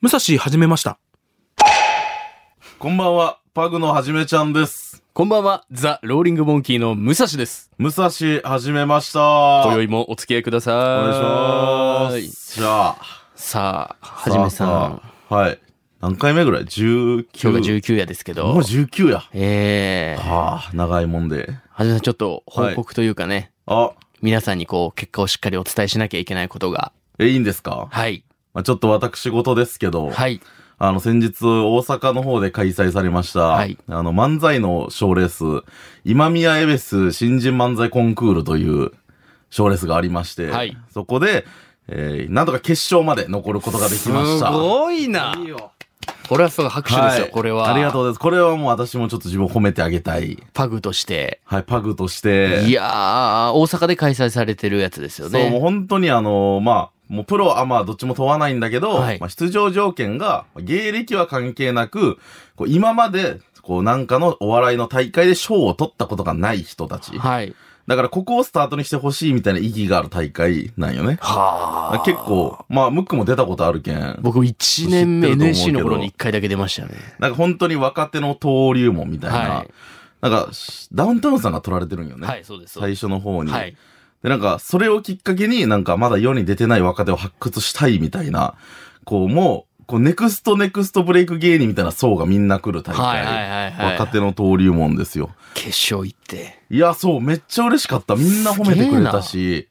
武蔵始めました。こんばんは、パグのはじめちゃんです。こんばんは、ザ・ローリング・モンキーの武蔵です。武蔵はじめました。今宵もお付き合いください。お願いします。じゃあ、さあ、はじめさん、あ。はい。何回目ぐらい ?19。今日が19夜ですけど、もう19や。ええはあ、長いもんで。はじめさんちょっと報告というかね、あ、皆さんにこう、結果をしっかりお伝えしなきゃいけないことが、え、いいんですか、はい、まあ、ちょっと私事ですけど、はい、あの、先日、大阪の方で開催されました、はいあの、漫才の賞レース、今宮エベス新人漫才コンクールという賞レースがありまして、はいそこで、えー、なんとか決勝まで残ることができました。すごいな。これはすごい拍手ですよ、これは。ありがとうございます。これはもう私もちょっと自分を褒めてあげたい。パグとして。はい、パグとして。いやー、大阪で開催されてるやつですよね。そう、もう本当にあの、まあ、もうプロ、あ、まあ、どっちも問わないんだけど、はいまあ、出場条件が、芸歴は関係なく、こう今まで、こう、なんかのお笑いの大会で賞を取ったことがない人たち。はい。だから、ここをスタートにしてほしいみたいな意義がある大会なんよね。はあ。結構、まあ、ムックも出たことあるけん。僕1年目知ってると思うけど NSC の頃に1回だけ出ましたよね。なんか本当に若手の登竜門みたいな。はいなんか、ダウンタウンさんが取られてるんよね。はい、そうです。そう最です初の方に。はい。で、なんか、それをきっかけに、なんか、まだ世に出てない若手を発掘したいみたいな、こう、もう、こう、ネクストネクストブレイク芸人みたいな層がみんな来る大会。はいはいはいはい若手の登竜門ですよ。決勝行って。いや、そう、めっちゃ嬉しかった。みんな褒めてくれたし、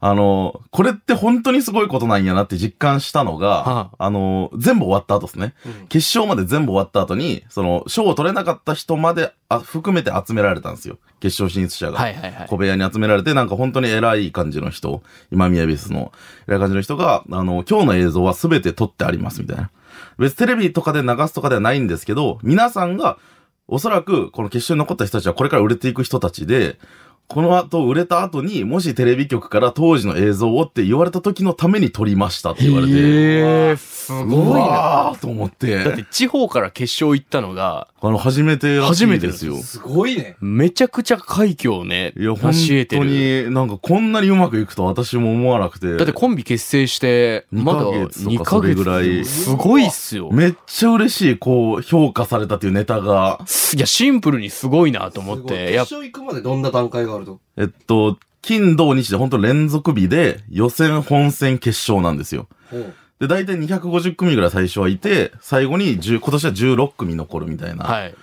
あの、これって本当にすごいことなんやなって実感したのが、はあの、全部終わった後ですね。うん決勝まで全部終わった後に、その、賞を取れなかった人まで、あ、含めて集められたんですよ。決勝進出者が。はいはいはい小。部屋に集められて、なんか本当に偉い感じの人、今宮ベースの偉い感じの人が、あの、今日の映像は全て撮ってありますみたいな。別にテレビとかで流すとかではないんですけど、皆さんが、おそらくこの決勝に残った人たちはこれから売れていく人たちで、この後売れた後にもしテレビ局から当時の映像をって言われた時のために撮りましたって言われて、えー、すごういな。わーと思っ、だってて地方から決勝行ったのが、あの、初めてらしいですよ。すごいね。めちゃくちゃ快挙をね、いや、成本し得て当る。になんかこんなにうまくいくとは私も思わなくて。だってコンビ結成して、まだ2ヶ月とか2ヶそれ月ぐらいすごいっすよ。めっちゃ嬉しい、こう、評価されたっていうネタが、いや、シンプルにすごいなと思っすごいて、決やっ勝行くまでどんな段階があると。えっと、金、土、日で本当連続日で予選、本戦、決勝なんですよ。ほうで、大体250組ぐらい最初はいて、最後に10、今年は16組残るみたいなはい。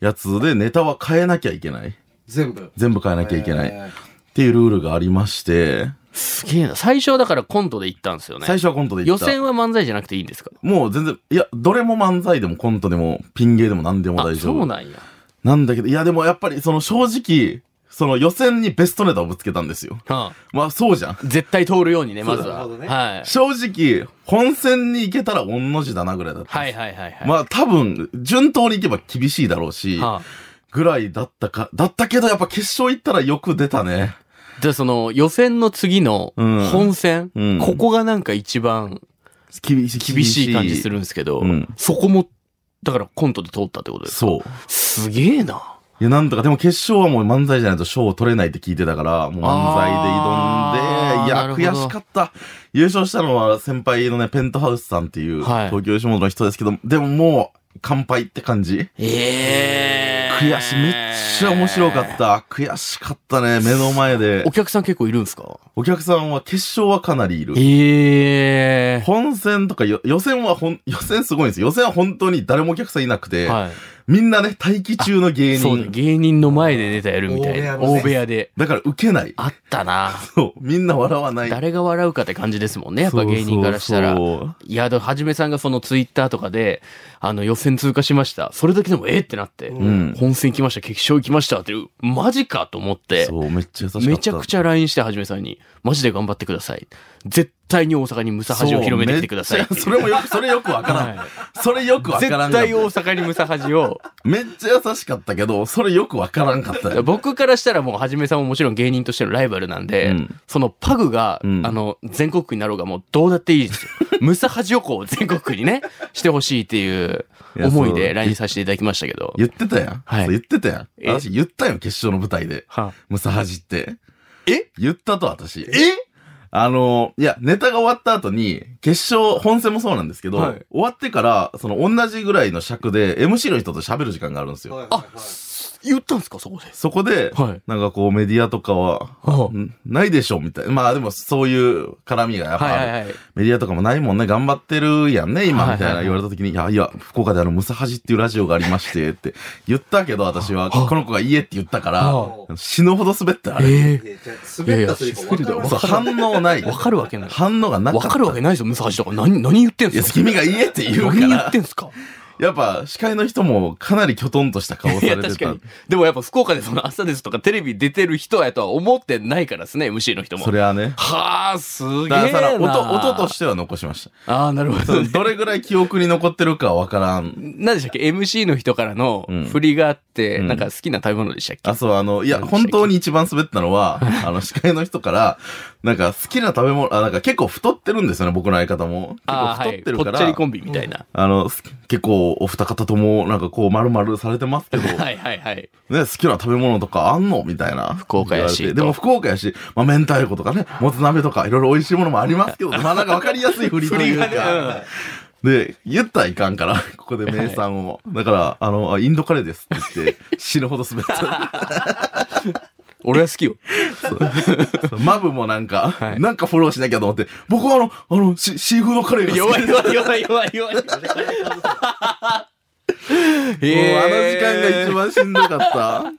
やつで、ネタは変えなきゃいけない。全部。全部変えなきゃいけない。えっーていうルールがありまして、すげえな。最初はだからコントで行ったんですよね。最初はコントで行予った。選は漫才じゃなくていいんですかもう全然、いや、どれも漫才でもコントでもピン芸でも何でもあ、大丈そう夫。なんや。なんだけど、いやでもやっぱりその正直、その予選にベストネタをぶつけたんですよ。はまあそうじゃん。あ絶対通るようにね、まずそうなは。るほどねはい。正直、本戦に行けたら御の字だなぐらいだった。はいはいはいはい。まあ多分、順当に行けば厳しいだろうし、はあ、ぐらいだったか、だったけどやっぱ決勝行ったらよく出たね。じゃあその予選の次のうん本戦、うんここがなんか一番厳しい。厳しい感じするんですけど、うんそこも、だからコントで通ったってことですかそう。すげえな。いや、なんとか、でも決勝はもう漫才じゃないと賞を取れないって聞いてたから、もう漫才で挑んで、いあーなや、るほど悔しかった。優勝したのは先輩のね、ペントハウスさんっていう、はい東京吉本の人ですけど、でももう、乾杯って感じ。ええ悔しい。めっちゃ面白かっ。た。悔しかったね、目の前でお。客さん結構いるんですかお客さんは決勝はかなりいる。ええ本戦とかよ予選はほん、予選すごいんですよ。予選は本当に誰もお客さんいなくて、はみんなね、待機中の芸い。そうね、人。芸人の前でネタやるみたいな。大部屋のね大部屋で。だから受けない。あったな。そう、みんな笑わない。誰が笑うかって感じですもんね、やっぱ芸人からしたら。そうそうそういや、でもはじめさんがそのツイッターとかで、あの、予選通過しました。それだけでもええってなって、ん本戦行きました、決勝行きましたっていう、マジかと思って、そう、めっちゃ優しかった。めちゃくちゃ LINE してはじめさんに、マジで頑張ってください。絶対に大阪にムサハジを広めてきてくだ さい。そうめっちゃそれもよく、それよくわからん。はそれよくわか絶らんかった対大阪にムサハジを、 めっちゃ優しかったけど、それよくわからんかったよ。僕からしたらもうはじめさんももちろん芸人としてのライバルなんで、うんそのパグが、うんあの、全国区になろうがもうどうだっていいですよ。ムサハジをこう全国区にね、してほしいっていう思いいやでそう LINE させていただきましたけど。言ってたやん。はいそう言ってたやん。え私言ったよ、決勝の舞台で。はムサハジって。え言ったと、私。えあの、いや、ネタが終わった後に、決勝、本戦もそうなんですけど、はい終わってから、その同じぐらいの尺で MC の人と喋る時間があるんですよ。はいはいあはい、言ったんですか、そこで。そこで、はい。なんかこうメディアとかは、はんないでしょみたいな。まあでもそういう絡みがやっぱある、いはいはい。メディアとかもないもんね、頑張ってるやんね、今、はいみたいな言われた時に、いやいや、福岡であの、ムサハジっていうラジオがありまして、って言ったけど、私はは、この子が家って言ったかはら、もう死ぬほど滑った、あれ。えいやじゃあ滑ったというか分からいやいや滑るだろなそう、反応ないえ。。わかるわけない。反応がなかわった。かるわけないですよ、ムサハシとか。何、何言ってんいや、すか君が家って言うか何言っらて、んすかやっぱ、司会の人もかなりきょとんとした顔いさや、れて確たかに。。でもやっぱ福岡でその朝ですとかテレビ出てる人やとは思ってないからですね、MC の人もそ。れはね。はあ、すげえだからな。その音、 音としては残しました。ああ、なるほそど、のどれぐらい記憶に残ってるかはわからん何でしたっけ ?MC の人からのうん振りがあって、うんなんか好きな食べ物でしたっけ、あ、そう、あの、いや、何でしたっけ本当に一番滑ったのは、 あの、司会の人から、なんか好きな食べ物、あ、なんか結構太ってるんですよね、僕の相方も。結構ああ、太はい。っぽてるかっら、ちゃりコンビみたいな。あの、す結構お二方とも、なんかこう、丸々されてますけど、 はいはいはい。ね、好きな食べ物とかあんのみたいな。福岡やし言われてでも福岡やし、まあ、明太子とかね、もつ鍋とか、いろいろ美味しいものもあ りますけど、まあなんかわかりやすい振りという振りがかね。で、言ったらいかんから、ここで名産を。だから、あの、あインドカレーですって言って、死ぬほど滑った。俺は好きよ。 マブもなんか、はいなんかフォローしなきゃと思って、僕はあの、あの、シシーフードカレーが好弱きい弱い弱い 弱い弱い。もうあのもうあの時間が一番しんどかっ番。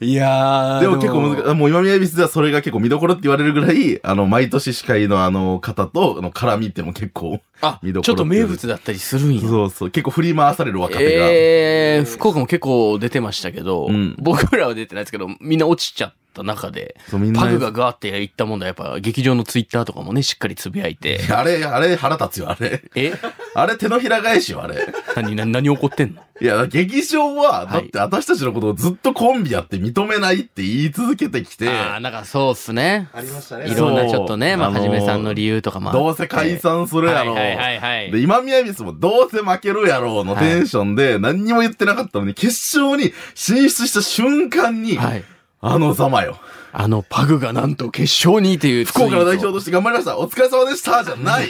いやた。ー。でも結構難しい。もう今宮恵比寿ではそれが結構見どころって言われるぐらい、あの、毎年司会のあの方とあの絡みっても結構、あ、見どころちょっと名物だったりするんや。そうそう、結構振り回される若手が。ええー、福岡も結構出てましたけど、うん僕らは出てないですけど、みんな落ちちゃった中で、そうみんなパグがガーって行ったもんだ、やっぱ劇場のツイッターとかもね、しっかりつぶやいて、あれ、あれ腹立つよ、あれ。えあれ手のひら返しよ、あれ。何、何、何怒ってんのいや、劇場は、はだいって私たちのことをずっとコンビやって認めないって言い続けてきて、ああ、なんかそうっすね。ありましたねいろんなそうちょっとね、まあ、あはのじーめさんの理由とかもあってどうせ解散するやろ。はいはいはいはで、い。今宮恵比寿もどうせ負けるやろうのテンションで何にも言ってなかったのに、決勝に進出した瞬間に、はい。あのざまよ。あの、パグがなんと決勝にっていうツイー福ト。岡の代表として頑張りました。お疲れ様でしたじ ゃない。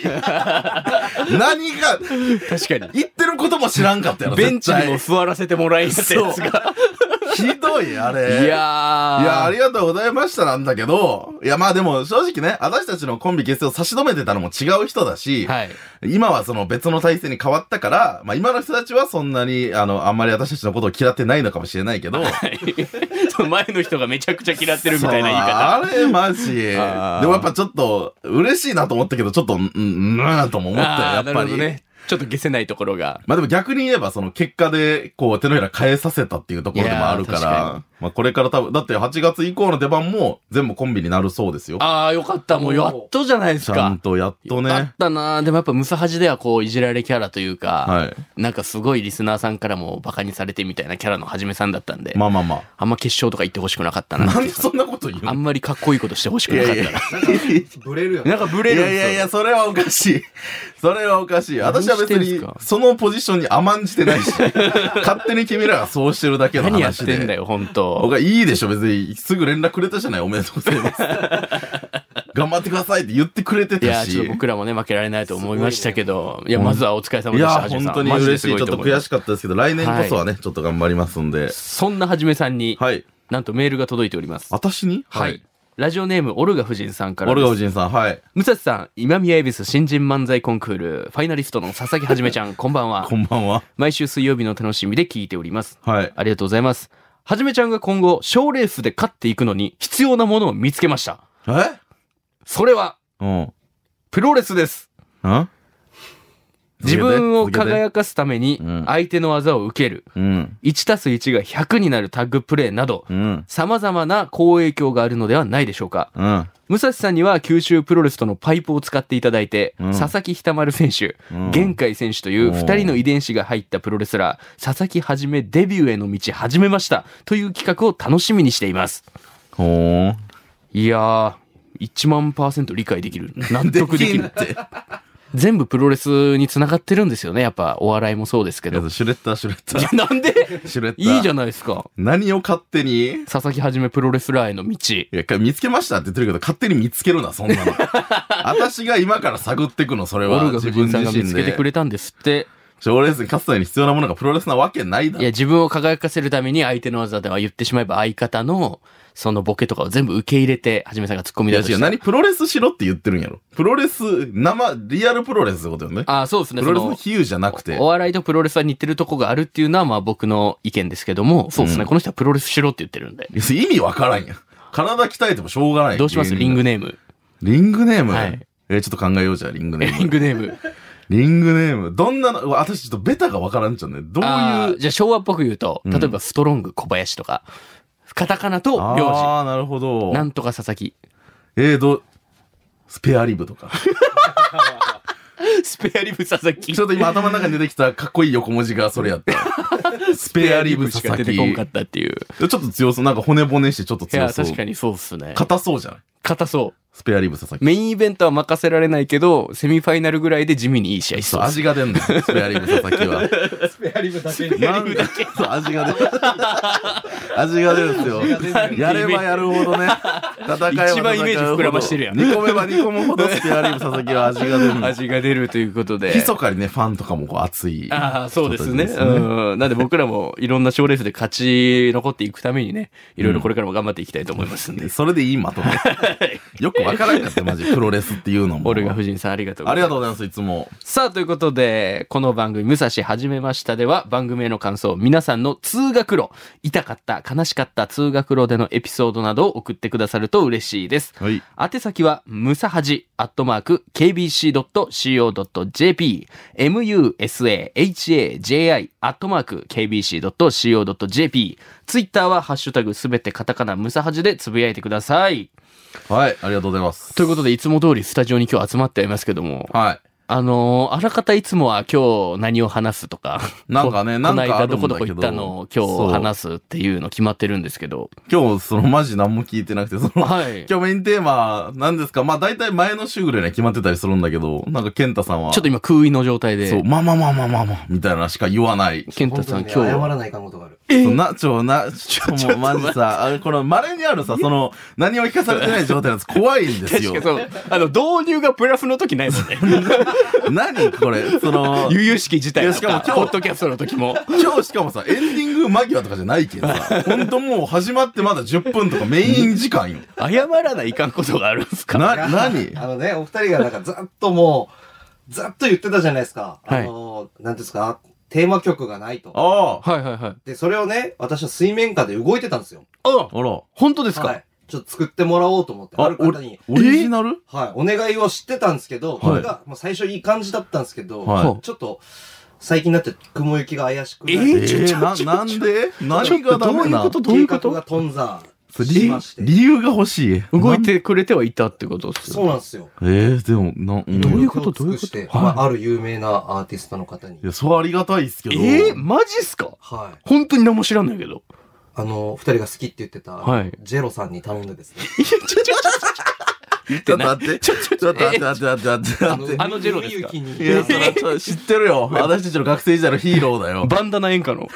何が、確かに。言ってることも知らんかったやろ。ベンチにも絶座らせてもらいやったやつが。対ひどい、あいやー。れ。いや、ありがとうございましたなんだけど、いや、まあでも正直ね、私たちのコンビ結成を差し止めてたのも違う人だし、はい。今はその別の体制に変わったから、まあ今の人たちはそんなに、あの、あんまり私たちのことを嫌ってないのかもしれないけど、その前の人がめちゃくちゃ嫌ってるみたいな言い方。そうあれ、マジ。でもあーやっぱちょっと、嬉しいなと思ったけど、ちょっと、うん、うん、なとも思ったよ、やあっーなぱるほり。どね。ちょっと消せないところが。まあでも逆に言えば、その結果で、こう、手のひら返させたっていうところでもあるから、いやー確かまあこれから多分、だって8月以降の出番も全部コンビになるそうですよ。ああ、よかった。もうやっとじゃないですちゃんか。とやっとよかっね。たなーでもやっぱムサハジではこういじられキャラというか、はなんかすごいリスナーさんからもバカにされてみたいなキャラのはじめさんだったんで、い。まあまあまあんま決勝とか行ってほしくなかったあ。なってないうんでそんなこと言うあのんまりかっこいいことしてほしくいなやかっいたや。な。ブレるよねなんかブいレるんやですよ。いやいや、それはおかしい。それはおかしい。私は別何してにんすか、そのポジションに甘んじてないし、勝手に君らがそうしてるだけの話で。何やってんだよ、本当僕はいいでしょ、別に。すぐ連絡くれたじゃない、おめでとうございます。頑張ってくださいって言ってくれていやたー、し。ちょっと僕らもね、負けられないと思いましたけど、いや、まずはお疲れ様いでした、やはじめさん本当にマジ嬉でしすい。ごちょっとと思いま悔すしかったですけど、来年こそはね、ちょっと頑張りますんで。そんなはじめさんに、はい。なんとメールが届いております。私にはい。。ラジオネーム、オルガ夫人さんからオでルす。ガ夫人さん、はい。武蔵さん、今宮恵比寿新人漫才コンクール、ファイナリストの佐々木はじめちゃん、 こんばんはこ。んばんは。毎週水曜日の楽しみで聞いております。はい。ありがとうございます。はじめちゃんが今後、賞レースで勝っていくのに必要なものを見つけました。えそれは、うん。プロレスです。ん自分をく。輝かすためにうん、相手の技を受ける。うん。 1たす1が100になるタッグプレーなど、うん。様々な好影響があるのではないでしょうか。うん。武蔵さんには九州プロレスとのパイプを使っていただいて、うん佐々木ひたまる選手、うん玄海選手という2人の遺伝子が入ったプロレスラー、佐々木はじめデビューへの道始めましたという企画を楽しみにしています。ほーん。 いやー、1万パーセント理解できる。納得できる。って。全部プロレスに繋がってるんですよね。やっぱお笑いもそうですけいど。やシュレッダー、シュレッダいやなんでー。シュレッダー。いいじゃないですか。何を勝手にい佐々木はじめプロレスラーへの道。や、見つけましたって言ってるけど、勝手に見つけるな、そん なの。私が今から探ってくの、それオは。ルガ自夫分人さ自んが見身つけてでく。れたんですって。賞レースに勝つために必要なものがプロレスなわけないだいろや、。自分を輝かせるために相手の技では言ってしまえば相方の、そのボケとかを全部受け入れて、はじめさんが突っ込いみや出し違う、た何プロレスしろって言ってるんやろ。プロレス、生、リアルプロレスってことよね。ああ、そうですプね。ロレスそのの比喩じゃなくてお。笑いとプロレスは似てるとこがあるっていうのは、まあ僕の意見ですけども、そうですね。うんこの人はプロレスしろって言ってるんで。いや意味わからんやん。体鍛えてもしょうがない。どうします芸リン人がグネーム。リングネーム、はいえーちょっと考えようじゃあ、リングネリーンム。グネーム。リングネーム。どんなの、うわ私ちょっとベタがわからんじゃんね。どうあいーう。じゃあ昭和っぽく言うと、うん例えばストロング小林とか、カタカナと名字。ああ、なるほど。なんとか佐々木。えーと、スペアリブ とか。スペアリブ佐々木。ちょっと今頭の中に出てきたかっこいい横文字がそれ やった。スペアリブ佐しか々出て木。こんかちったっていう。ょっと強そう。なんか骨骨してちょっとい強や、そう。確かにそうっすね。硬そうじゃない硬そう。スペアリブ佐々木。メインイベントは任せられないけど、セミファイナルぐらいで地味にいい試合しそそうう、です。味が出んの。スペアリブ佐々木は。スペアリブだけに。なんか、そう、味が出る。味が出るん ですよ味が出る。やればやるほどね。戦いは一番イメージ膨らましてるやん煮込めば煮込むほど、スペアリブ佐々木は味が出る の。味が出るということで。密かにね、ファンとかもこう熱い。ああ、そうですね。ちょっとですねうん。なんで僕らもいろんな賞レースで勝ち残っていくためにね、いろいろこれからも頑張っていきたいと思いますんで。それでいいまとめ。よくわからんかった、マジ。プロレスっていうのも。オルガ夫人さんありがとうござあいります。がとうございます、いつも。さあ、ということで、この番組、武蔵始めましたでは、番組への感想、皆さんの通学路、痛かった、悲しかった通学路でのエピソードなどを送ってくださると嬉しいです。はい。宛先は、ムサハジ、アットマーク、kbc.co.jp、musahaji、アットマーク、kbc.co.jp、ツイッターは、ハッシュタグすべてカタカナ、ムサハジでつぶやいてください。はい、ありがとうございます。ということで、いつも通りスタジオに今日集まっていますけども、はい。あのーあらかたいつもは今日何を話すとか、なんかねこなんかあるんこの間どこだけどどこ行ったのを今そう日話すっていうの決まってるんですけど、今日、その、マジ何も聞いてなくて、その、はい。ちょ今日メインテーマ、何ですかまあ大体前の週ぐらいには決まってたりするんだけど、なんか健太さんは。っと今空位の状態そう、で、まあまあまあまあまあまあ、みたいなしか言わない。健太さん今日本当にね謝は、らないかんことがある。そうな、ちょ、な、ちょ、もうマジさ、あのこの稀にあるさ、その、何も聞かされてない状態のやつ怖いんですよ。そう。あの、導入がプラスの時ないもんね。 何これ、その、悠々式自体いとやしかも今日ポッドキャストの時も。今日しかもさ、エンディング間際とかじゃないけどさ、ほんともう始まってまだ10分とかメイン時間よ。謝らないかんことがあるんすかな、いや何あのね、お二人がなんかざっともう、ざっと言ってたじゃないですか。はいあの、なんていうんですか、テーマ曲がないと。ああ、はいはいはい。で、それをね、私は水面下で動いてたんですよ。ああら。本当ですか、はい。ちょっと作ってもらおうと思って、あるお方に。オリジナルはい、お願いをしてたんですけど、いこれが、まあ、最初いい感じだったんですけど、はいちょっと、最近になって雲行きが怪しくなええり、ちょちょー、な、ちょなんでちょっ何とがダどうメいうなことどうい計うこ画がと頓挫それし理まして。理由が欲しい。動いてくれてはいたってことですそうよ。なんですよ。なん。えー、でも、な、うん。どういういこと手を尽くしてどういうことまはいあ、ある有名なアーティストの方に。や、そうありがたいっすけど。えー、マジっすかはい。本当に何も知らんないけど。あの、二人が好きって言ってた、はいジェロさんに頼んでですね。 いやちょちょちょちょっと待って。ちょっと待って、待って、待って、待って、待って。あのジェロですか雲行きいにや、それは知ってるよ。私たちの学生時代のヒーローだよ。バンダナ演歌 の。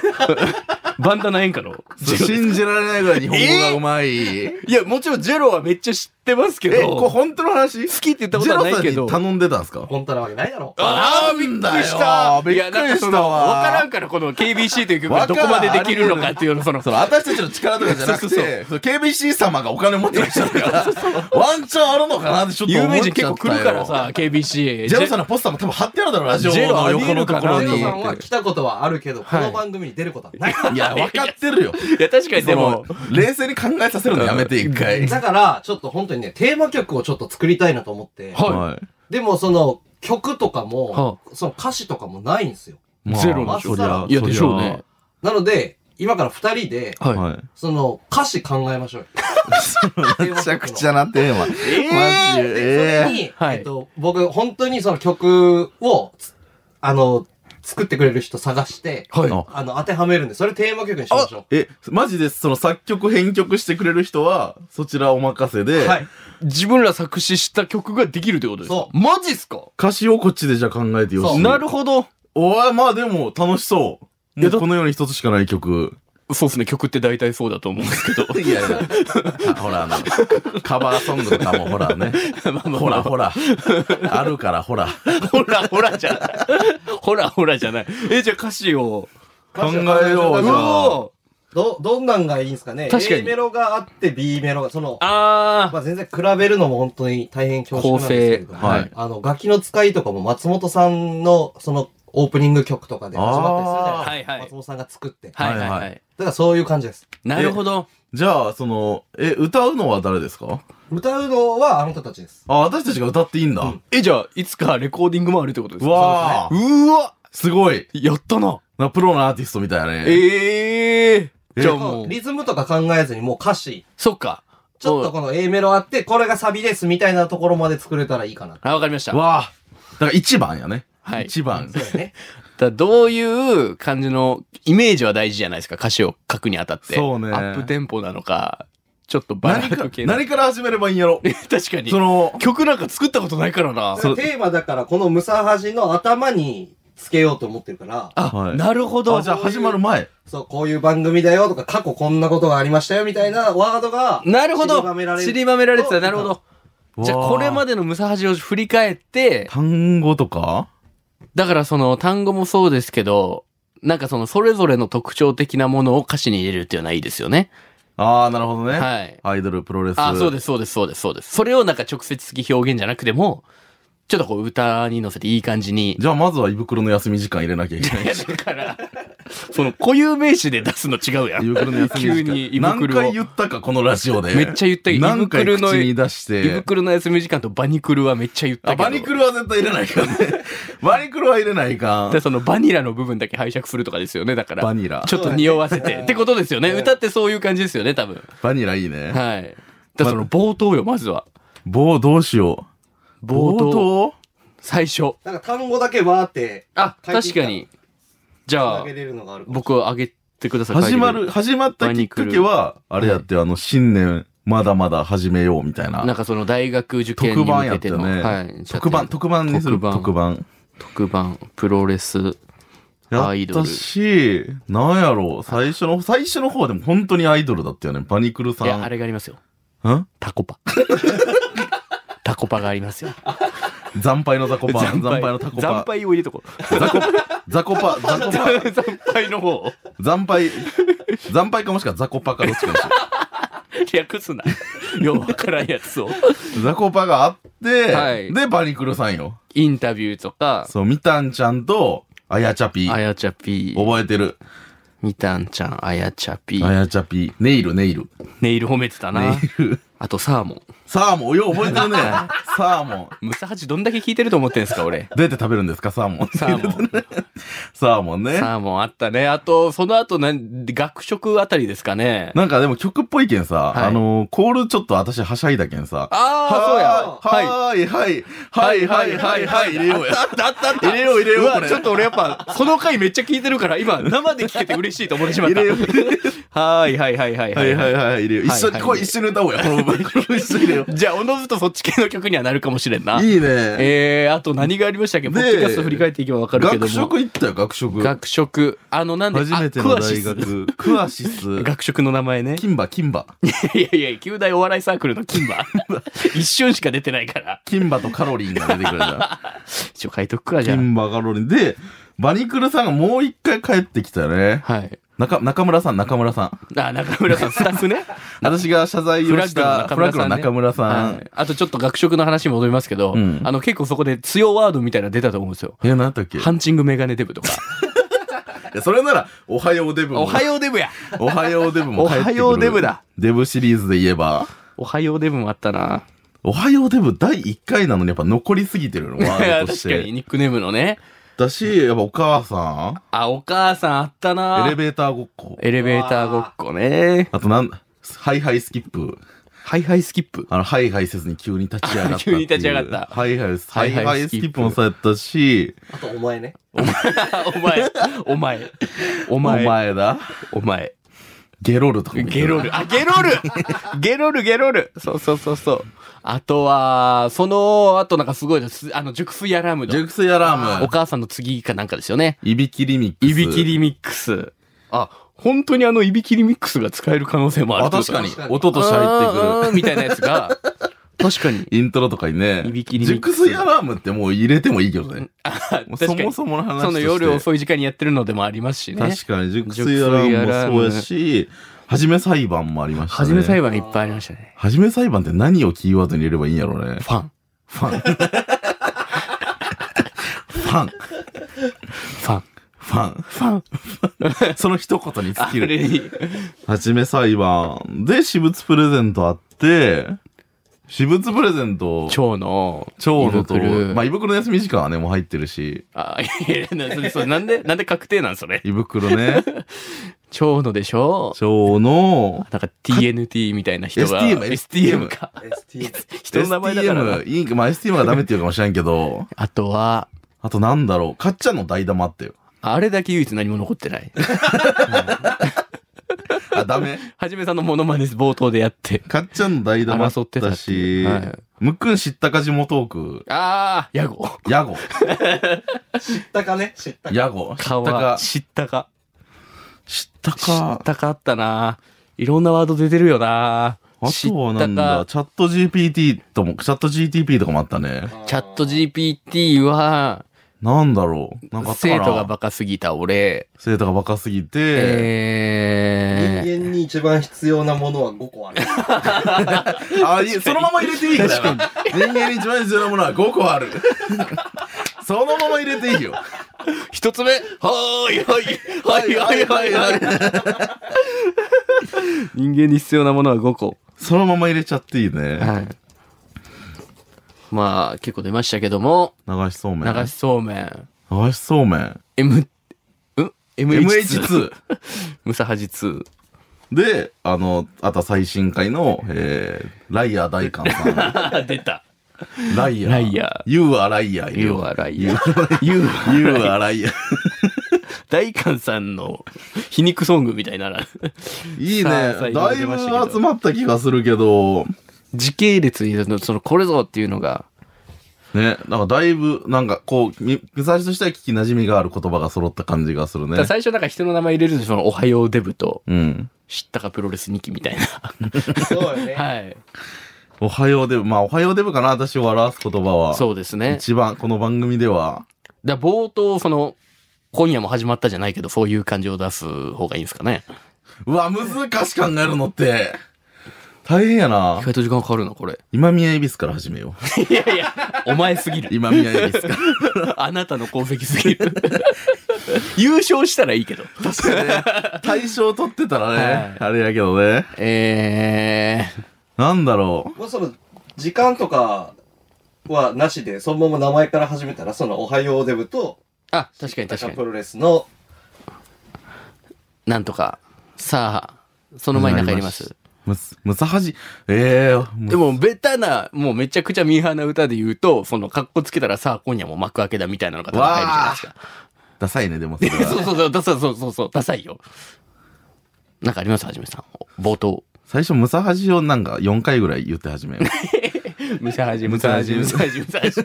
バンダナ演歌の。信じられないぐらい日本語がうまい。え、いや、もちろんジェロはめっちゃ知ってますけこれど、好本当の話ジきって言ったことェはなロさいんけにど。頼んでたんですか本当なわけないだろ。あーびっくりしたびっくりしたいやなんかそのわわからんから、この KBC という曲がどこまでできるのかっていうの、その、その私たちの力とかじゃなくそうそうて、その KBC 様がお金持ってらっしゃるから、ワンチャンあるのかなってちょっと有思っ名ちゃった人よ。結構来るから。さ、KBC。ジェロさんのポスターも多分貼ってあるだろう、ラジオジェロありのえ横るのかとなこジろェロにさ。んは来たことはあるけど、はいこの番組に出ることはない。いや、分かってるよ。いや、確かにでも、その、冷静に考えさせるのやめて、一回。だから、ちょっと本当にね、テーマ曲をちょっと作りたいなと思って、はいでもその、曲とかはも、その歌詞とかもないんですよ。まあゼロのそ人いりゃや、でしょうね。なので、今から二人で、そりゃははい。その、歌詞考えま しょうよ。めちゃくちゃなテーマ。マジで、それえに、はいえっと、僕、本当にその曲を、つあの、作ってくれる人探して、はいああの、当てはめるんで、それテーマ曲にしましょえ、マジでその作曲編曲してくれる人は、そちらお任せう。で、はい。自分ら作詞した曲ができるってことですかそうマジっすか歌詞をこっちでじゃあ考えてよそし。うなるほど。おーまあでも楽しそう。いもやうだこの世に一つしかない曲。そうですね、曲って大体そうだと思うんですけど。いやいや、あ ほらあの、カバーソングとかもほらね。 まあまあほらほら。あるからほら。 ほらほらじゃ ない。ほらほらじゃない。え、じゃあ歌詞を。考えよううじゃあ。おど、どんなんがいいんですかね確かに A メロがあって B メロが、その、あ まあ全然比べるのも本当に大変恐縮なんですけれども、構成はいあの、楽器の使いとかも松本さんの、その、オープニング曲とかで始あまったりするじゃないですか。ーはいはい松本さんが作って。だー。はいはいはいは。はいからそういう感じです。なるほど。じゃあ、その、え、歌うのは誰ですか歌うのはあの人たちです。あ、私たちが歌っていいんだ。うんえ、じゃあ、いつかレコーディングもあるってことですうかわうーわすごい。やったな。な、プロのアーティストみたいなね。えええじゃあもう、リズムとか考えずにもう歌詞、そっか。ちょっとこの A メロあって、これがサビですみたいなところまで作れたらいいかな。あ、わかりました。わあ。だから一番やね。はい一番。そうだ ね。だどういう感じのイメージは大事じゃないですか歌詞を書くにあたってそうねアップテンポなのかちょっとバラ何ードか系なのか。何から始めればいいんやろ 確かにその、曲なんか作ったことないからなだからテーマだから、このムサハジの頭につけようと思ってるから、あ、はいなるほどあ、じゃあ始まる前。そう、こういう番組だよとか、過去こんなことがありましたよみたいなワードが、なるほど散りばめられる散りばめられてたなるほどじゃあこれまで。でのムサハジを振り返って単語とかだからその単語もそうですけどなんかそのそれぞれの特徴的なものを歌詞に入れるっていうのはいいですよねああ、なるほどね。はいアイドル、プロレス。あ、そうです、そうです、そうです、そうです。それをなんか直接的表現じゃなくても、ちょっとこう歌に乗せていい感じ に。じゃあまずは胃袋の休み時間入れなきゃいけないい や、。だから、その固有名詞で出すの違うや胃ん。袋の休み時間。急に胃袋を何回言ったか、このラジオで。めっちゃ言ったけど何回胃袋の口に出し胃て。袋の休み時間とバニクルはめっちゃ言ったあ、けど。バニクルは絶対入れないかんね。 バニクルは入れないかんで。そのバニラの部分だけ拝借するとかですよね、だから。バニラち。ょっと匂わせ て。ってことですよね。うん歌ってそういう感じですよね、多分。バニラいいね。はい。だからその冒頭よ、まずは。棒どうしよう。冒頭。最初。なんか単語だけわーって、あ、書いてい確ったかに。じゃ投あげ、れるのがあるかも僕あげてください。始ま書いる、てく始まったきっかけは、あれやって、あの、新年、まだまだ始めようみたいなんな。かその大学受験に特番向やけってたの。よね。はい。特番、特番にする特番特番。特番、プロレス、アイドル。やったいし、なんやろう、最初の、最初の方でも本当にアイドルだったよね。バニクルさん。や、あれがありますよ。んタコパ。 タコパがありますよ。惨敗のザコパ。 惨敗のタコ惨パ。敗を入れとこう。ザコ、ザコパ、ザ コパ、惨敗の方を惨敗、惨敗かもしくはザコパかどっちかにしよ略 すな。ようわからんやつを。 うザコパがあって、はいで、バニクルさんよ。インタビューとか、そう、みたんちゃんと、あやちゃぴあ。やちゃぴー、覚えてる。みたんちゃん、あやちゃぴあー、やちゃぴ。ネイル、ネイル。ネイル褒めてたなネ。イ ル。あとサーモン。サーモン、よう覚 えてるね。サーモン。ムサハチどんだけ聞いてると思ってんすか、俺。どうやって食べるんですか、サーモン。サーモン。 サーモンね。サーモンあったね。あと、その後、なん学食あたりですかね。なんかでも曲っぽいけんさ、はいあのーコールちょっと私はしゃいだけんさ。ああ、そうや。はーい、はい、はい、はい、はい、はい、入れようや。あったあったあった入れよう、入れよう、うわこれ。ちょっと俺やっぱ、その回めっちゃ聞いてるから、今、生で聞けて嬉しいと思ってしまった。入れよはーい、はい、はい、はい、はい、はい、はい、入れよう。一緒はいはいに、これ一緒に歌おうや。この部分、これ一緒に入れよじゃあ、おのずとそっち系の曲にはなるかもしれんな。う。いいね。えー、あと何がありましたっけポでッドキャスト振り返っていけばわかるけども。学食行ったよ、学食。学食。あの、なんで、初めてあのクアシス大学。クアシス。学食の名前ね。金馬、金馬。 いやいや、旧大お笑いサークルの金 馬。一瞬しか出てないから。金馬とカロリーが出て くるじゃん。一応書いとくか、じゃ金馬カロリー。で、バニクルさんがもう一回帰ってきたよね。あ。はい。中、中村さん、中村さん。あ、中村さん、スタッフね。私が謝罪をした、フフラッグラッグのの中中村さん。はいあとちょっと学食の話に戻りますけど、うんあの結構そこで強ワードみたいなの出たと思うんですよ。え、なんだっけハンチングメガネデブとか。いやそれなら、おはようデブも。 おはようデブやおはようデブも帰ってくる。おはようデブだ。デブシリーズで言えば、おはようデブもあったな。おはようデブ第1回なのにやっぱ残りすぎて るの、ワいーやドとし確かにて。ニックネームのね。だし、やっぱお母さあ、お母さんあったん、エなレ。ベーターごっこ。エレベーターごっこね。あとなん、ハイハイスキップ。ハイハイスキップあの、ハイハイせずに急に立ち上がったっていう。 急に立ち上がったハイハイ、ハハイイハイハイスキップもそうやったし、あと、お 前ね。お前、お前、おお前、前だ。お前、ゲロルとかもゲロル。あ、ゲロル ゲロル、ゲロル。そうそうそうそう。あとは、その後なんかすごいです。あの、熟睡アラームジェド。クスイアラーおム。母さんの次かなんかですよね。いびきリミックス。いびきリミックス。あ、本当にあのいびきリミックスが使える可能性もあるあ、確かに確か。に音として入ってくる。みたいなやつが、 確かに。くる。イントロとかにね。いびきリミックスジェクスイアラームってもう入れてもいいけどね。もう確そかもに。そもの話として。その夜遅い時間にやってるのでもありますしね。確かに、熟睡アラームもそうやし、はじめ裁判もありましたはね。じめ裁判いっぱいありましたね。はじめ裁判って何をキーワードに入れればいいんやろうね。ファン。ファン。ファン、フファン。ァン、ファン。その一言に尽あきる。れに。はじめ裁判で私物プレゼントあって、私物プレゼント、蝶の、蝶野と、胃袋まあ、胃袋の休み時間はね、もう入ってるし、あ、いやいやなそれ、それなんで、なんで確定なんそれ。胃袋 ね、蝶のでしょ蝶野、なんか TNT みたいな人が。 STM STM か。 ST。人の名前だからな。 STM、いいまあ STM がダメって言うかもしれんけど、あとは、あとなんだろう、かっちゃんの代打もあったよ。あれだけ唯一何も残ってない。あ、ダメはじめさんのモノマネ冒頭でやって。かっちゃんの代打もあっ争ってたたっていし、うはいむっくん知ったかじもトーク、ああ、ヤゴ。ヤゴ、知ったかね知ったか。ヤゴ、知った川。か、知ったか。知った知っか、たかあったな。いろんなワード出てるよな。あとはなんだ、知っチャット GPT とも、チャット GTP とかもあったね。たか。チャット GPT は、なんだろう。なんかあったか生な徒がバカすぎた俺。生徒がバカすぎて、えー。人間に一番必要なものは5個ある。 あ、いいそのまま入れていいからな。人間に一番必要なものは5個ある。 そのまま入れていいよ。一つ目はーいはいはいはいはいはい 人間に必要なものは5個。そのまま入れちゃっていいね。はい。まあ、結構出ましたけども、流しそうめん。流流しそうめん、しそうめん。 M、うん ?MH2。 MH2。ムサハジ2。で、あの、あとは最新回の、えー、ライアー大官 さん。あ、出た。ライアー。ライアー You are ライアー。 You are liar. You are You are ライアー。大観さんの皮肉ソングみたいなら、いいね。さあ最だい後ぶ出ましたけど集まった気がするけど、時系列に、その、これぞっていうのが、ね、なんかだいぶ、なんかこう、み最初としては聞き馴染みがある言葉が揃った感じがするだねから。最初なんか人の名前入れると、その、おはようデブと、うん。知ったかプロレス2期みたいそうよな。ね。はい。おはようデブ。まあ、おはようデブかな、私を表す言葉は。そうですね。一番、この番組では。だから冒頭、その、今夜も始まったじゃないけど、そういう感じを出す方がいいんですかね。うわ、難しく考えるのって。大変やな意。外と時間かかるな、これ。今宮恵比寿から始めよ いやいや、お前すぎう。る。今宮恵比寿から。 あなたの功績すぎ る。優勝したらいいけど。確かにね。大賞取ってたらはいね、あれやけどね。えー、なんだろもうその、時間とかはなしで、そのまま名前から始めたら、その、おはようデブと、あ、確かに確か高にプ。ロレスの、なんとか。さあ、その前に中入ります。う。むす、むさはじ、ええでも、ベタな、もうめちゃくちゃミーハーな歌で言うと、その、格好つけたらさあ、今夜も幕開けだみたいなのが多分入るじゃないですか。ダサいね、でもそれ そうは。そうそう、ダサいそうそうそう、ダサいよ。なんかありますはじめさん。冒頭。最初、むさはじをなんか4回ぐらい言って始めよう。 だかムサハジ、ムムササハハジ、ジムサハジ、ムサハジ。じ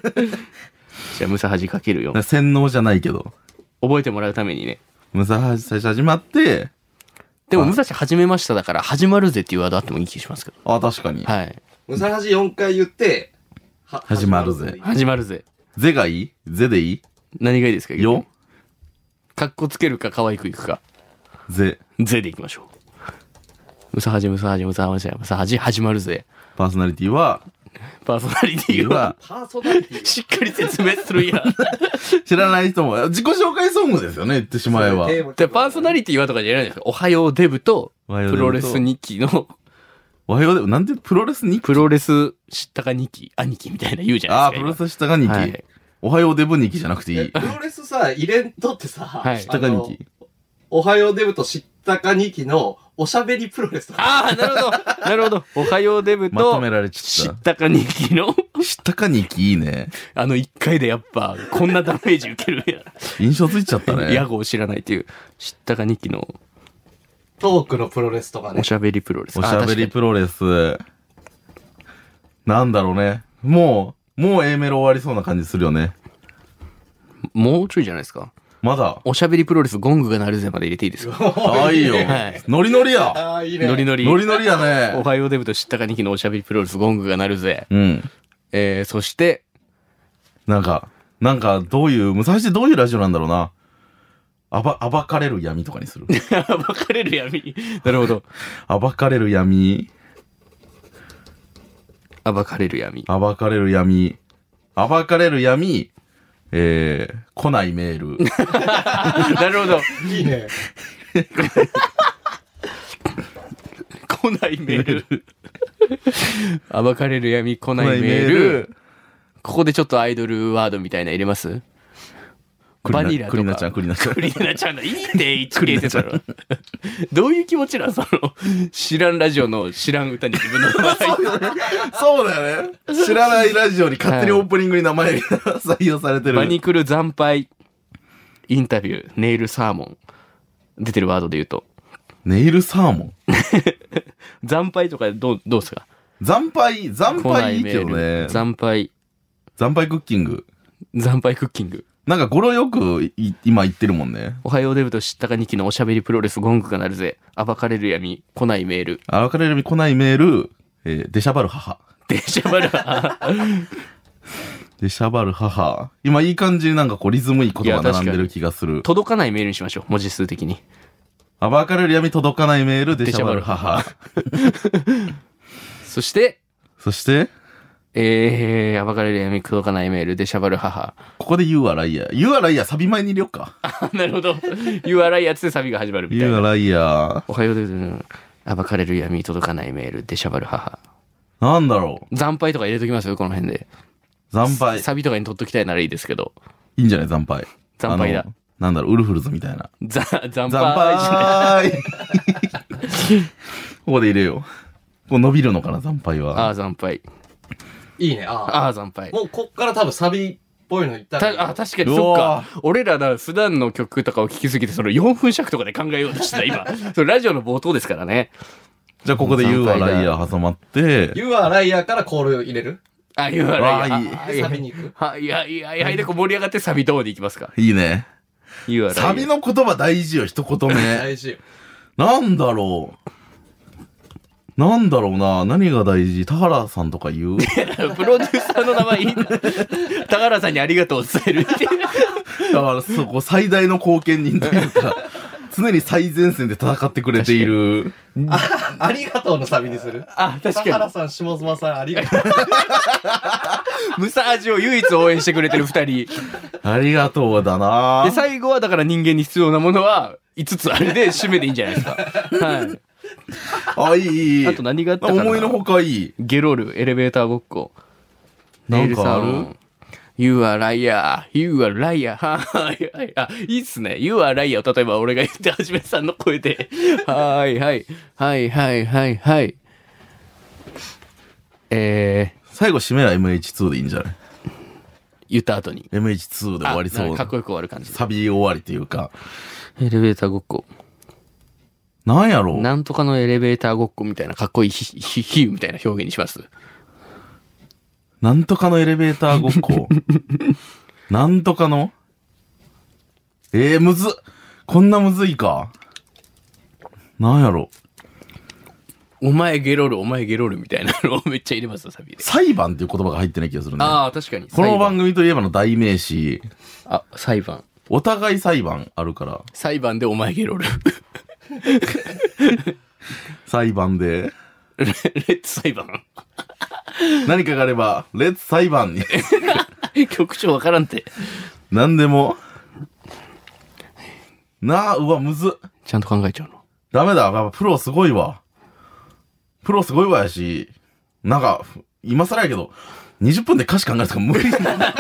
ゃあ、ムサハジかけるよら。洗脳じゃないけど。覚えてもらうためにね。むさはじ最初始まって、でも、はいムサシ始めましただから、始まるぜっていうワードあってもいい気がしますけど。あ、確かに。はい。むさはじ4回言って、は始まるぜ始まるぜ。ぜがいいぜでい何がいいですかいよかっこつけるか、可愛くいくか。ぜ。ぜでいきましょう。ムサハジ、ムサハジ、ムサハジ、ムサハジ、始まるぜ。パーソナリティは、パーソナリティは は、パーソナリティしっかり説明するやん。知らない人も、自己紹介ソングですよね、言ってしまえば。テーマで、パーソナリティはとかじゃないんですよ。おはようデブと、おはようプデブロとレス2期の、おはようで、なんて、プロレスにプロレス知ったか2期、兄貴みたいな言うじあゃなあ、プいロでレすか。ス下がにき、はいおはようデブにきじゃなくていい。プロレスさ、イレントってさ、はいあ下がにのき。おはようデブと知ったか2期のおしゃべりプロレスとか。ああ、なるほ ど。なるほど。おはようデブまととめ、られち知ゃっったか人気の、た。知ったかにきいいね。あの一回でやっぱ、こんなダメージ受ける印象ついちゃったやん。ね屋。号を知らないという、知ったか日記のトークのプロレスとかねお。しゃべりプロレス。おしゃべりあプロレス。なんだろうね。もう、もう A メロ終わりそうな感じするよね。確かにもうちょいじゃないですか。まだ。おしゃべりプロレスゴングが鳴るぜまで入れていいですかああ、いいよはい。ノリノリや。ああ、いいね。ノリノリ。ノリノリやおね。はようデブと知ったか日記のおしゃべりプロレスゴングが鳴るぜ。うん。えー、そ して、なんか、なんか、どういう、武蔵ってどういうラジオなんだろうな。暴、暴かれる闇とかにする。別れる闇。なるほど。暴かれる闇、暴かれる闇。暴かれる闇、暴かれる闇、えー、 来ないメール。 なるほど。いいね。来ないメール。 暴かれる闇、来来ないメール。。ここでちょっとアイドルワードみたいなの入れますバニラとか。クリナちゃん、クリナちゃんク。リナちゃんのいいって一系ってたろ。 どういう気持ちなんその、知らんラジオの知らん歌に自分の名前入れてそうだよね。知らないラジオに勝手にオープニングに名前が採用されてる。バニクル惨敗、インタビュー、ネイルサーモン。出てるワードで言うと。ネイルサーモン。惨敗とかどう、どうっすか惨敗、惨来な敗いいいメけーどル、ね。惨敗、惨敗クッキング。惨敗クッキング。なんか語呂よくい今言ってるもんね。おはようデブと知ったかにきのおしゃべりプロレスゴングが鳴るぜ。暴かれる闇、来ないメー ル。あ別れるに来ないメール、えー、出しゃばる母。電車バラ。出しゃばる母。今いい感じになんかこうリズムいいこといがや確かに並んでる気がする。届かないメールにしましょう。文字数的に。あばかれる闇届かないメール、出しゃばる母。そして、そして、えー、暴かれる闇、届かないメール、でしゃばる母。 ここで You are liar。You are liar サビ前に入れよっか。なるほど。言わないやつでサビが始まるみ You たい are な。 liar。おはようで暴かれる闇届かないメール、でしゃばる母。なんだろ惨敗とか入れときますよ、この辺で。う。惨敗。サビとかに取っときたいならいいですけど。いいんじゃない惨敗。惨敗だあの。なんだろう、ウルフルズみたいな。ざ、惨敗じ惨ゃ敗 ここで入れよう。こう伸びるのかな、惨敗ない。あは。あ、惨敗。いいね。ああ。ああ、惨敗。もうこっから多分サビっぽいのいったらいいたあ、確かにうそっわか。俺らな、普段の曲とかを聴きすぎて、その4分尺とかで考えようとしてた、今。それラジオの冒頭ですからね。じゃあここで You 惨敗 are だ liar 挟まって、 You are liar からコール入れるあ、言わわあないいあ。あ でサビに行く。はい、はい、はい、はい、で、こう盛り上がってサビどうでいきますか。いいね。言わない。サビの言葉大事よ、一言目。大事。なんだろう。なんだろうな。何が大事田原さんとか言うプロデューサーの名前いいな。 高原さんにありがとうを伝えるっていう。だから、そこ最大の貢献人という か、常に最前線で戦ってくれている。あありがとうのサビにする。あ、 確田か原に。さん、下妻さん、ありがとう。ムサージを唯一応援してくれてる二人。ありがとうだなで、。最後はだから人間に必要なものは、5つあれで締めでいいんじゃないですか。 はあ、いい、いい。い。あと何があったかな思いのほかいい。ゲロル、エレベーターごっこ。なネイんルサかあーるモン。You are liar, you are liar, はーいはい。あ、いいっすね。You are liar を例えば俺が言ってはじめさんの声 で。はーいはい。はいはいはいはい。えー、最後締めは MH2 でいいんじゃない言った後に。 ?MH2 で終わりそあなんうかかっこよく終わる感じ。サビ終わりというか。エレベーターごっこ。なんやろうなんとかのエレベーターごっこみたいなかっこいいひ、ひ、ひ比喩みたいな表現にします。なんとかのエレベーターごっ こ。なんとかのええー、むずっこんなむずいか。なんやろお前ゲロル、お前ゲロルみたいなのを めっちゃ入れますよサビで。裁判っていう言葉が入ってない気がするね。ああ、確かに。この番組といえばの代名詞、あ、裁判。お互い裁判あるから、裁判でお前ゲロル。裁判で、 レレッツ裁判。 何かがあれば、レッツ裁判に、局長わからんって。何でも。なあ、うわ、むずっちゃんと考えちゃうの。ダメだ、やっぱプロすごいわ。プロすごいわやし、なんか、今更やけど、20分で歌詞考えるとか 無理だ、カ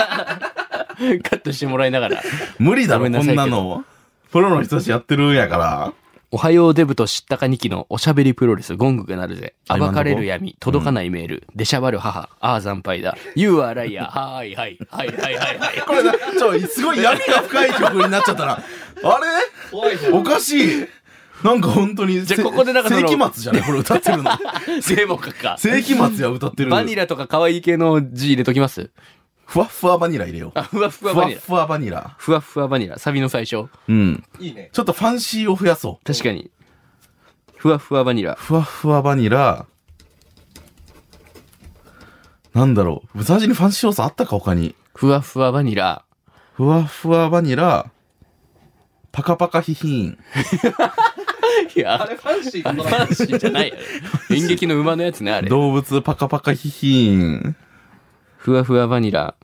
ットしてもらいながら。無理だごめろ、んなこさいんけどなの。プロの人たちやってるんやから。おはようデブと知ったかにきのおしゃべりプロレスゴングが鳴るぜ。あ今暴のとこかれる闇、届かないメール、出しゃばる母、ああ惨敗だ。You are liar. はーいはい。はいはいはいはい。これな、ちょ、すごい闇が深い曲になっちゃったな。あ怖いじゃれん。おかしい。なんか本当に、じゃあせここでなんかそ世の紀末じゃないこれ歌って るの。正目か。世紀末や歌ってる。バニラとか可愛い系の字入れときますふわっふわバニラ入れよう。あ、ふわふわふバわニっラ。ふわバニラ。ふわふわバニラ。サビの最初。うん。いいね。ちょっとファンシーを増やそう。確かに。ふわふわバニラ。ふわふわバニラ。なんだろう。ブザージにファンシー要素あったか他に。ふわふわバニラ。ふわふわバニラ。パカパカヒヒーン。いや、あれファンシーかあれなファンシーじゃないよね。 演劇の馬のやつね、あれ。動物パカパカヒヒーン。ふわふわバニラ。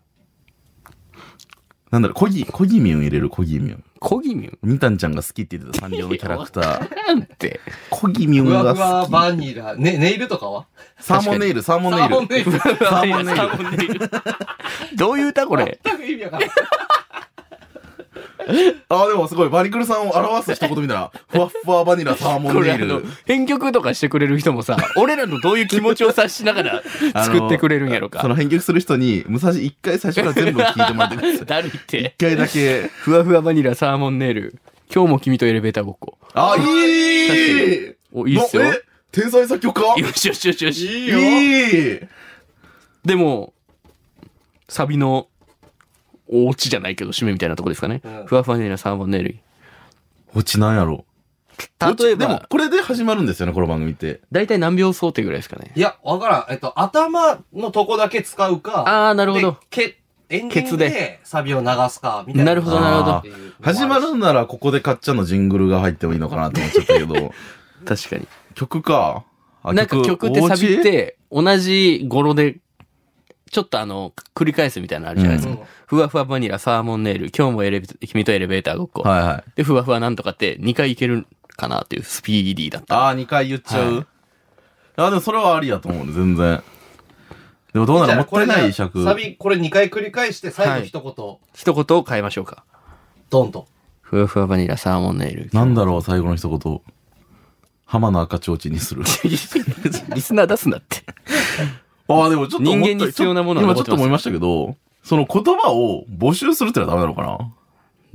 なんだろう、コギ、コギミュン入れる、コギミュン。コギミュンみたんちゃんが好きって言ってたサンリオのキャラクター。なんて。コギミュンふわがふわ好バニラ。ね、ネイルとかはき。サーモンネイル、サーモンネイル。ネイル。サーモンネイルーモンネイル。どういう歌これ。全く意味わかんない。ああ、でもすごい、バニクルさんを表す一言みた いな。ふわっふわバニラ、サーモこンれネイあのル。、編曲とかしてくれる人もさ、 俺らのどういう気持ちを察しながら 作ってくれるんやろそか。の編曲する人に、武蔵一回最初から全部聞いてもらってください。だるいって一。回だけ。ふわふわバニラサーモンネイル。今日も君とエレベーターごっこ。あ、いいお、いいっすよ。なえ天才作曲家よしよしよしよし。いいでも、サビの、お家じゃないけど、締めみたいなとこですかね。うんふわふわネイル、サーモンネイル。落ちなんやろ。例えでもば、、これで始まるんですよね、この番組って。だいたい何秒想定ぐらいですかね。いや、わからん。えっと、頭のとこだけ使うか。あ、あー、なるほど。。け、エンディングケツでサビを流すか、みたいな。なるほどなるほどっていう始まるんなら、ここでかっちゃんのジングルが入ってもいいのかなと思っちゃったけど。確かに。曲か。あなんか曲ってお家サビって、同じ語呂で、ちょっとあの、繰り返すみたいなのあるじゃないですか。うんふわふわバニラ、サーモンネイル、今日もエレベ君とエレベーターごっこ。はいはい。で、ふわふわなんとかって2回いけるかなっていうスピーディーだった。ああ、2回言っちゃう。はいあでもそれはありやと思うね、全然。でもどうなじらゃもあっこたれいじゃあない尺。サビ、これ2回繰り返して、最は後い一言、一言を変えましょうか。ドンと。ふわふわバニラ、サーモンネイル。なんだろう、最後の一言。浜の赤ちょうちんにする。リスナー出すなって。ああ、でもちょっと思った人間に必要なものは今残ちっょってとます思いましたけど、その言葉を募集するってのはダメなのかな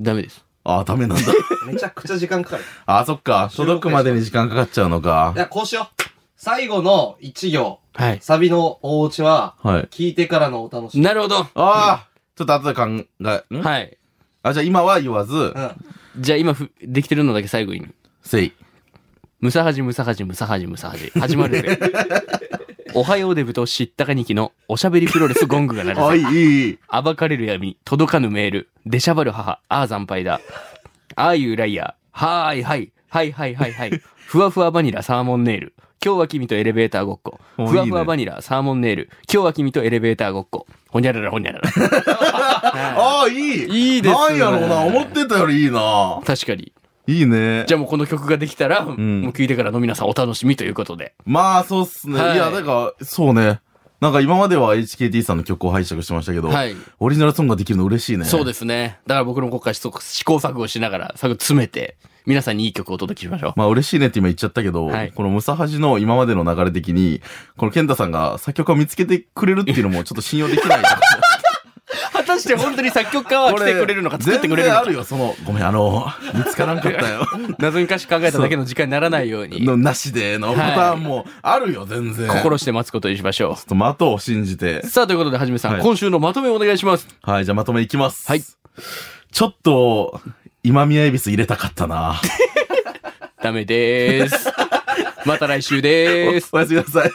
ダメです。ああ、ダメなんだ。めちゃくちゃ時間 かかる。ああ、そっか。届くまでに時間かかっちゃうのかい。や、こうしよう。最後の1行、はい。サビのお家は、 はい。聞いてからのお楽しみ。なるほど。ああ、ちょっと後で考え、んはい。あ、じゃあ今は言わずう、ん。じゃあ今ふ、できてるのだけ最後に。せい。ムサハジムサハジムサハジムサハジ。始まる ぜ。おはようデブと知ったかにきのおしゃべりプロレスゴングが鳴あ、いるぜ。い、いい。暴かれる闇、届かぬメール、出しゃばる母、ああ惨敗だ。ああいうライアー、はーいはい、はいはいはいはい。ふわふわバニラサーモンネイル。今日は君とエレベーターごっこ。おいいねふわふわバニラサーモンネイル。今日は君とエレベーターごっこ。ほにゃららほにゃらら。 ああ、いい。いいですねなんやろうな。思ってたよりいいな。確かに。いいね。じゃあもうこの曲ができたら、んもう聴いてからの皆さんお楽しみということで。まあ、そうっすね。はいい、や、なんか、そうね。なんか今までは HKT さんの曲を拝借してましたけど、はいオリジナルソングができるの嬉しいね。そうでですね。だから僕の今回試行錯誤しながら、作詰めて、皆さんにいい曲をお届けしましょう。まあ嬉しいねって今言っちゃったけど、はいこのムサハジの今までの流れ的に、この健太さんが作曲家を見つけてくれるっていうのもちょっと信用できない。 果たして本当に作曲家 は来てくれるのか、作ってくれるの全然あか。るよ、その、ごめん、あの、見つからんかったよ。謎に歌詞考えただけの時間にならないように、の、なしでのパターンもあるよ、全然。心ちょして待つことにしましょっと的を信じてう。。さあ、ということで、はじめさん、はい今週のまとめをお願いします。はい、じゃあまとめいきます。はいちょっと、今宮恵比寿入れたかったな。 ダメでーす。また来週でーす。 おやすみなさい。